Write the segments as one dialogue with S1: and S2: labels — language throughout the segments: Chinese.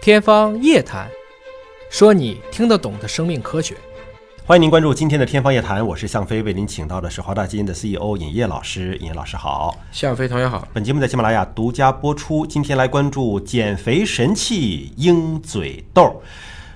S1: 天方夜谭，说你听得懂的生命科学。
S2: 欢迎您关注今天的《天方夜谭》，我是向飞，为您请到的是华大基因的 CEO 尹烨老师。尹烨老师好，
S3: 向飞同学好。
S2: 本节目在喜马拉雅独家播出。今天来关注减肥神器鹰嘴豆。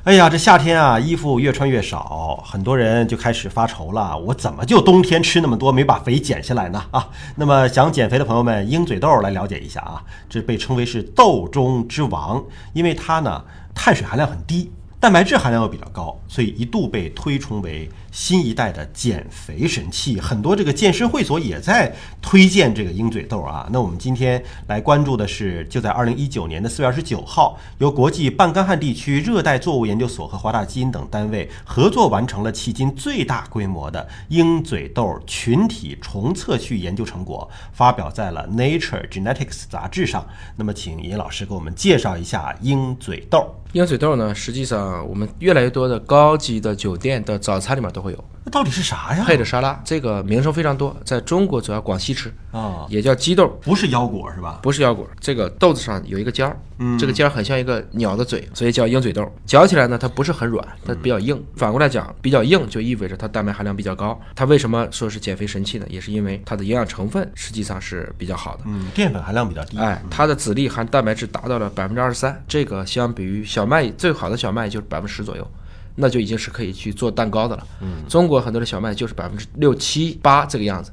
S2: 哎呀，这夏天啊，衣服越穿越少，很多人就开始发愁了。我怎么就冬天吃那么多，没把肥减下来呢？啊，那么想减肥的朋友们，鹰嘴豆来了解一下啊。这被称为是豆中之王，因为它呢碳水含量很低，蛋白质含量又比较高，所以一度被推崇为新一代的减肥神器。很多这个健身会所也在推荐这个鹰嘴豆啊。那我们今天来关注的是，就在二零一九年的四月二十九号，由国际半干旱地区热带作物研究所和华大基因等单位合作完成了迄今最大规模的鹰嘴豆群体重测序研究成果，发表在了《Nature Genetics》杂志上。那么，请尹老师给我们介绍一下鹰嘴豆。
S3: 鹰嘴豆呢，实际上我们越来越多的高级的酒店的早餐里面都会有，
S2: 那到底是啥
S1: 啊
S2: 呀？
S3: 配着沙拉，这个名声非常多，在中国主要广西吃，
S2: 啊，
S3: 也叫鸡豆，
S2: 不是腰果是吧？
S3: 不是腰果。这个豆子上有一个尖儿，
S1: 嗯
S3: 这个尖儿很像一个鸟的嘴，所以叫鹰嘴豆。嚼起来呢，它不是很软，它比较硬。
S1: 嗯
S3: 反过来讲，比较硬就意味着它蛋白含量比较高。它为什么说是减肥神器呢？也是因为它的营养成分实际上是比较好的。
S2: 嗯，淀粉含量比较低。
S3: 哎，它的籽粒含蛋白质达到了百分之二十三，这个相比于小麦最好的小麦就是百分之十左右，那就已经是可以去做蛋糕的了。嗯，中国很多的小麦就是百分之六七八这个样子。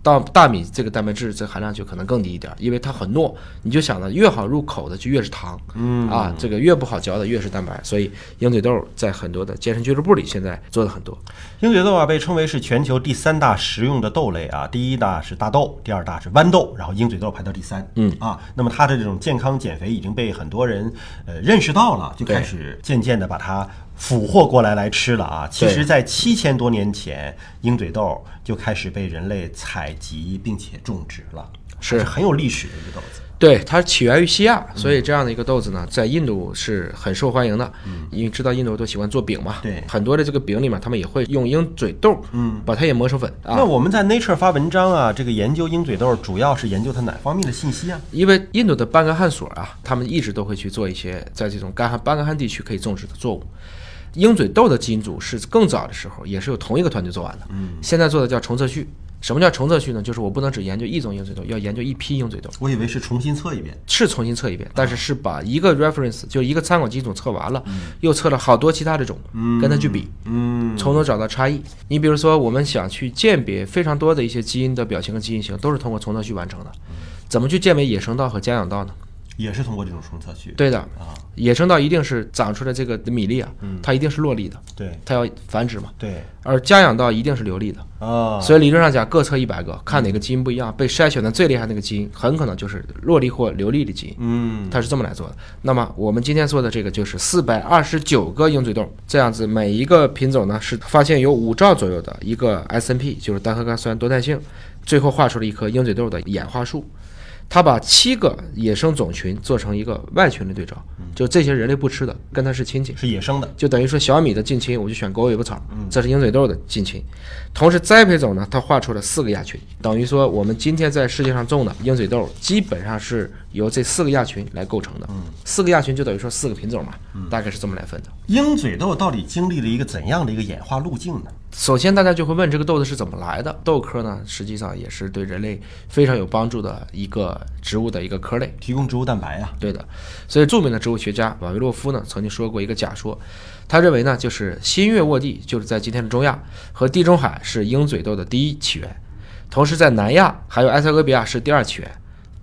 S3: 到大米这个蛋白质这个含量就可能更低一点，因为它很糯，你就想着越好入口的就越是糖，嗯啊，这个越不好嚼的越是蛋白，所以鹰嘴豆在很多的健身俱乐部里现在做的很多。
S2: 鹰嘴豆啊，被称为是全球第三大食用的豆类啊，第一大是大豆，第二大是豌豆，然后鹰嘴豆排到第三。嗯啊，那么它的这种健康减肥已经被很多人呃认识到了，就开始渐渐的把它俘获过来来吃了啊。其实，在七千多年前，鹰嘴豆就开始被人类采集并且种植了，
S3: 是
S2: 还很有历史的一个豆子。
S3: 对，它起源于西亚，
S2: 嗯
S3: 所以这样的一个豆子呢，在印度是很受欢迎的。因为知道印度都喜欢做饼嘛，
S2: 嗯对
S3: 很多的这个饼里面，他们也会用鹰嘴豆，嗯，把它也磨成粉啊。
S2: 那我们在 Nature 发文章啊，这个研究鹰嘴豆主要是研究它哪方面的信息啊？
S3: 因为印度的半干旱所啊，他们一直都会去做一些在这种干旱半干旱地区可以种植的作物。鹰嘴豆的基因组是更早的时候也是由同一个团队做完的，嗯，现在做的叫重测序。什么叫重测序呢？就是我不能只研究一种鹰嘴豆，要研究一批鹰嘴豆。
S2: 我以为是重新测一遍。
S3: 是重新测一遍，但是是把一个 reference 就一个参考基准测完了，又测了好多其他的种，跟它去比，
S2: 嗯，
S3: 从中找到差异。你比如说，我们想去鉴别非常多的一些基因的表情和基因型，都是通过重测序完成的。怎么去鉴别嗯野生稻和家养稻呢？
S2: 也是通过这种重测序。
S3: 对的
S2: 啊，
S3: 野生稻一定是长出来这个米粒啊，它一定是落粒的，
S2: 对
S3: 它要繁殖嘛。
S2: 对
S3: 而家养稻一定是流粒的，
S2: 啊，
S3: 所以理论上讲，各测一百个，看哪个基因不一样，被筛选的最厉害那个基因，很可能就是落粒或流粒的基因。
S2: 嗯，
S3: 它是这么来做的。那么我们今天做的这个就是四百二十九个鹰嘴豆，这样子每一个品种呢是发现有五兆左右的一个 SNP，就是单核苷酸多态性，最后画出了一棵鹰嘴豆的演化树。它把七个野生种群做成一个外群的对照，就这些人类不吃的跟它是亲戚，
S2: 是野生的。
S3: 就等于说小米的近亲，我就选狗尾巴草，这是鹰嘴豆的近亲。同时栽培种呢，它划出了四个亚群，等于说我们今天在世界上种的鹰嘴豆，基本上是由这四个亚群来构成的。四个亚群就等于说四个品种嘛，大概是这么来分的。
S2: 鹰嘴豆到底经历了一个怎样的一个演化路径呢？
S3: 首先，大家就会问这个豆子是怎么来的？豆科呢，实际上也是对人类非常有帮助的一个植物的一个科类。
S2: 提供植物蛋白啊，
S3: 对的，所以著名的植物学家瓦维洛夫呢曾经说过一个假说，他认为呢就是新月沃地就是在今天的中亚和地中海是鹰嘴豆的第一起源，同时在南亚还有埃塞俄比亚是第二起源，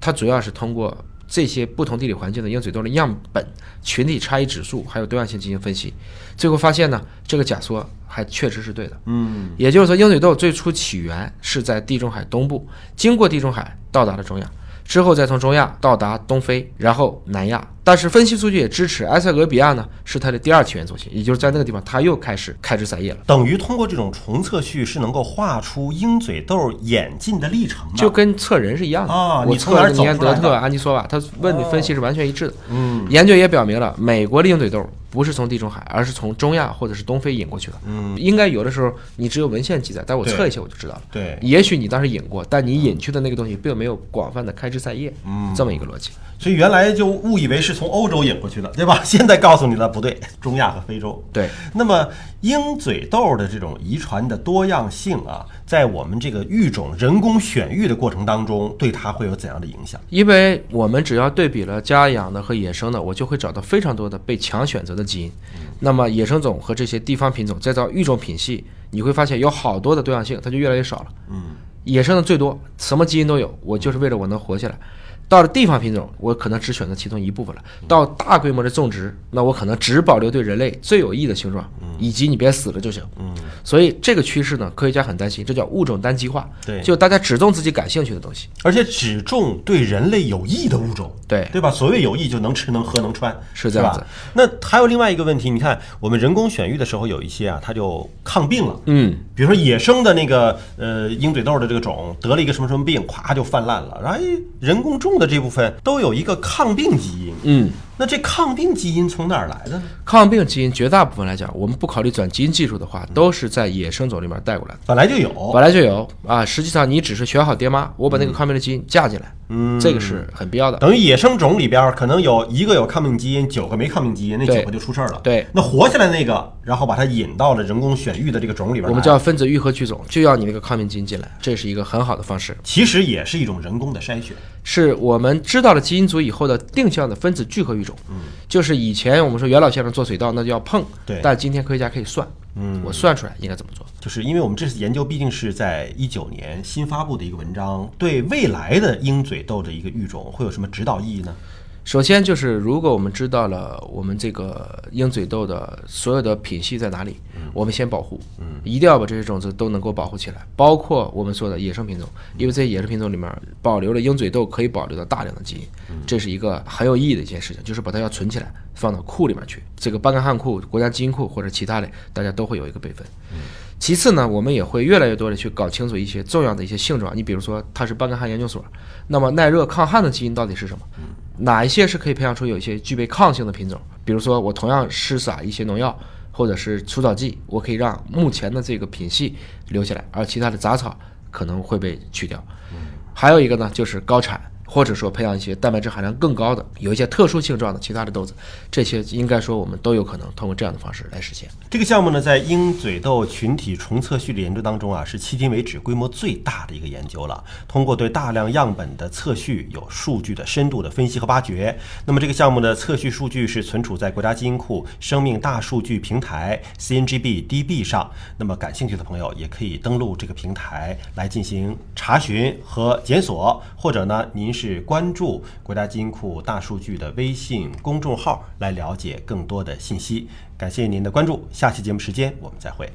S3: 它主要是通过这些不同地理环境的鹰嘴豆的样本、群体差异指数还有多样性进行分析，最后发现呢这个假说还确实是对的。
S2: 嗯，
S3: 也就是说，鹰嘴豆最初起源是在地中海东部，经过地中海到达了中亚，之后再从中亚到达东非，然后南亚。但是分析数据也支持埃塞俄比亚呢是它的第二起源中心，也就是在那个地方它又开始开枝散叶了。
S2: 等于通过这种重测序是能够画出鹰嘴豆演进的历程的。
S3: 就跟测人是一样的
S2: 啊
S3: 我
S2: 你从
S3: 测
S2: 哪
S3: 了
S2: 儿
S3: 尼安
S2: 走出来
S3: 德
S2: 的哦
S3: 特、安吉索瓦，他问你分析是完全一致的。嗯，研究也表明了，美国的鹰嘴豆不是从地中海，而是从中亚或者是东非引过去的。
S2: 嗯，
S3: 应该有的时候你只有文献记载，但我
S2: 对
S3: 测一下我就知道了。
S2: 对，
S3: 也许你当时引过，但你引去的那个东西并没有广泛的开枝散叶，
S2: 嗯
S3: 这么一个逻辑。
S2: 所以原来就误以为是从欧洲引过去的，对吧？现在告诉你了，不对，中亚和非洲。
S3: 对，
S2: 那么鹰嘴豆的这种遗传的多样性啊，在我们这个育种人工选育的过程当中，对它会有怎样的影响？
S3: 因为我们只要对比了家养的和野生的，我就会找到非常多的被强选择的基因。
S2: 嗯
S3: 那么野生种和这些地方品种再到育种品系，你会发现有好多的多样性，它就越来越少了。
S2: 嗯，
S3: 野生的最多，什么基因都有，我就是为了我能活下来。到了地方品种，我可能只选择其中一部分了。
S2: 嗯
S3: 到大规模的种植，那我可能只保留对人类最有益的形状，
S2: 嗯
S3: 以及你别死了就行。嗯，所以这个趋势呢，科学家很担心，这叫物种单极化。
S2: 对
S3: 就大家只种自己感兴趣的东西。
S2: 而且只种对人类有益的物种，
S3: 对
S2: 对吧？所谓有益，就能吃、能喝、能穿，
S3: 是这样子
S2: 吧。那还有另外一个问题，你看我们人工选育的时候，有一些啊，它就抗病了。
S3: 嗯，
S2: 比如说野生的那个呃鹰嘴豆的这个种得了一个什么什么病，咵就泛滥了。然后哎人工种的这部分都有一个抗病基因，
S3: 嗯，
S2: 那这抗病基因从哪儿来的呢？
S3: 抗病基因绝大部分来讲，我们不考虑转基因技术的话，都是在野生种里面带过来的。
S2: 本来就有，
S3: 本来就有啊，实际上你只是选好爹妈，我把那个抗病的基因嫁进来，
S2: 嗯
S3: 这个是很必要的。
S2: 等于野生种里边儿可能有一个有抗病基因，九个没抗病基因，那
S3: 对
S2: 九个就出事儿了。
S3: 对，
S2: 那活下来那个，然后把它引到了人工选育的这个种里边来，
S3: 我们叫分子愈合剧种，就要你那个抗病基因进来，这是一个很好的方式。
S2: 其实也是一种人工的筛选。
S3: 是我们知道了基因组以后的定向的分子聚合育种，嗯，就是以前我们说袁老先生做水稻，那就要碰，
S2: 对
S3: 但今天科学家可以算，嗯，我算出来应该怎么做，
S2: 就是因为我们这次研究毕竟是在一九年新发布的一个文章，对未来的鹰嘴豆的一个育种会有什么指导意义呢？
S3: 首先就是，如果我们知道了我们这个鹰嘴豆的所有的品系在哪里，我们先保护，嗯，一定要把这些种子都能够保护起来，包括我们说的野生品种，因为这些野生品种里面保留了鹰嘴豆可以保留的大量的基因，这是一个很有意义的一件事情，就是把它要存起来，放到库里面去，这个巴干汉库、国家基因库或者其他的，大家都会有一个备份。其次呢，我们也会越来越多的去搞清楚一些重要的一些性状。你比如说，它是班干汉研究所，那么耐热抗旱的基因到底是什么？哪一些是可以培养出有一些具备抗性的品种？比如说，我同样施撒一些农药或者是除草剂，我可以让目前的这个品系留下来，而其他的杂草可能会被去掉。还有一个呢，就是高产，或者说培养一些蛋白质含量更高的、有一些特殊性状的其他的豆子，这些应该说我们都有可能通过这样的方式来实现。
S2: 这个项目呢，在鹰嘴豆群体重测序的研究当中啊，是迄今为止规模最大的一个研究了。通过对大量样本的测序，有数据的深度的分析和挖掘。那么这个项目的测序数据是存储在国家基因库生命大数据平台 CNGB DB 上。那么感兴趣的朋友也可以登录这个平台来进行查询和检索，或者呢，您是关注国家基因库大数据的微信公众号来了解更多的信息。感谢您的关注，下期节目时间我们再会。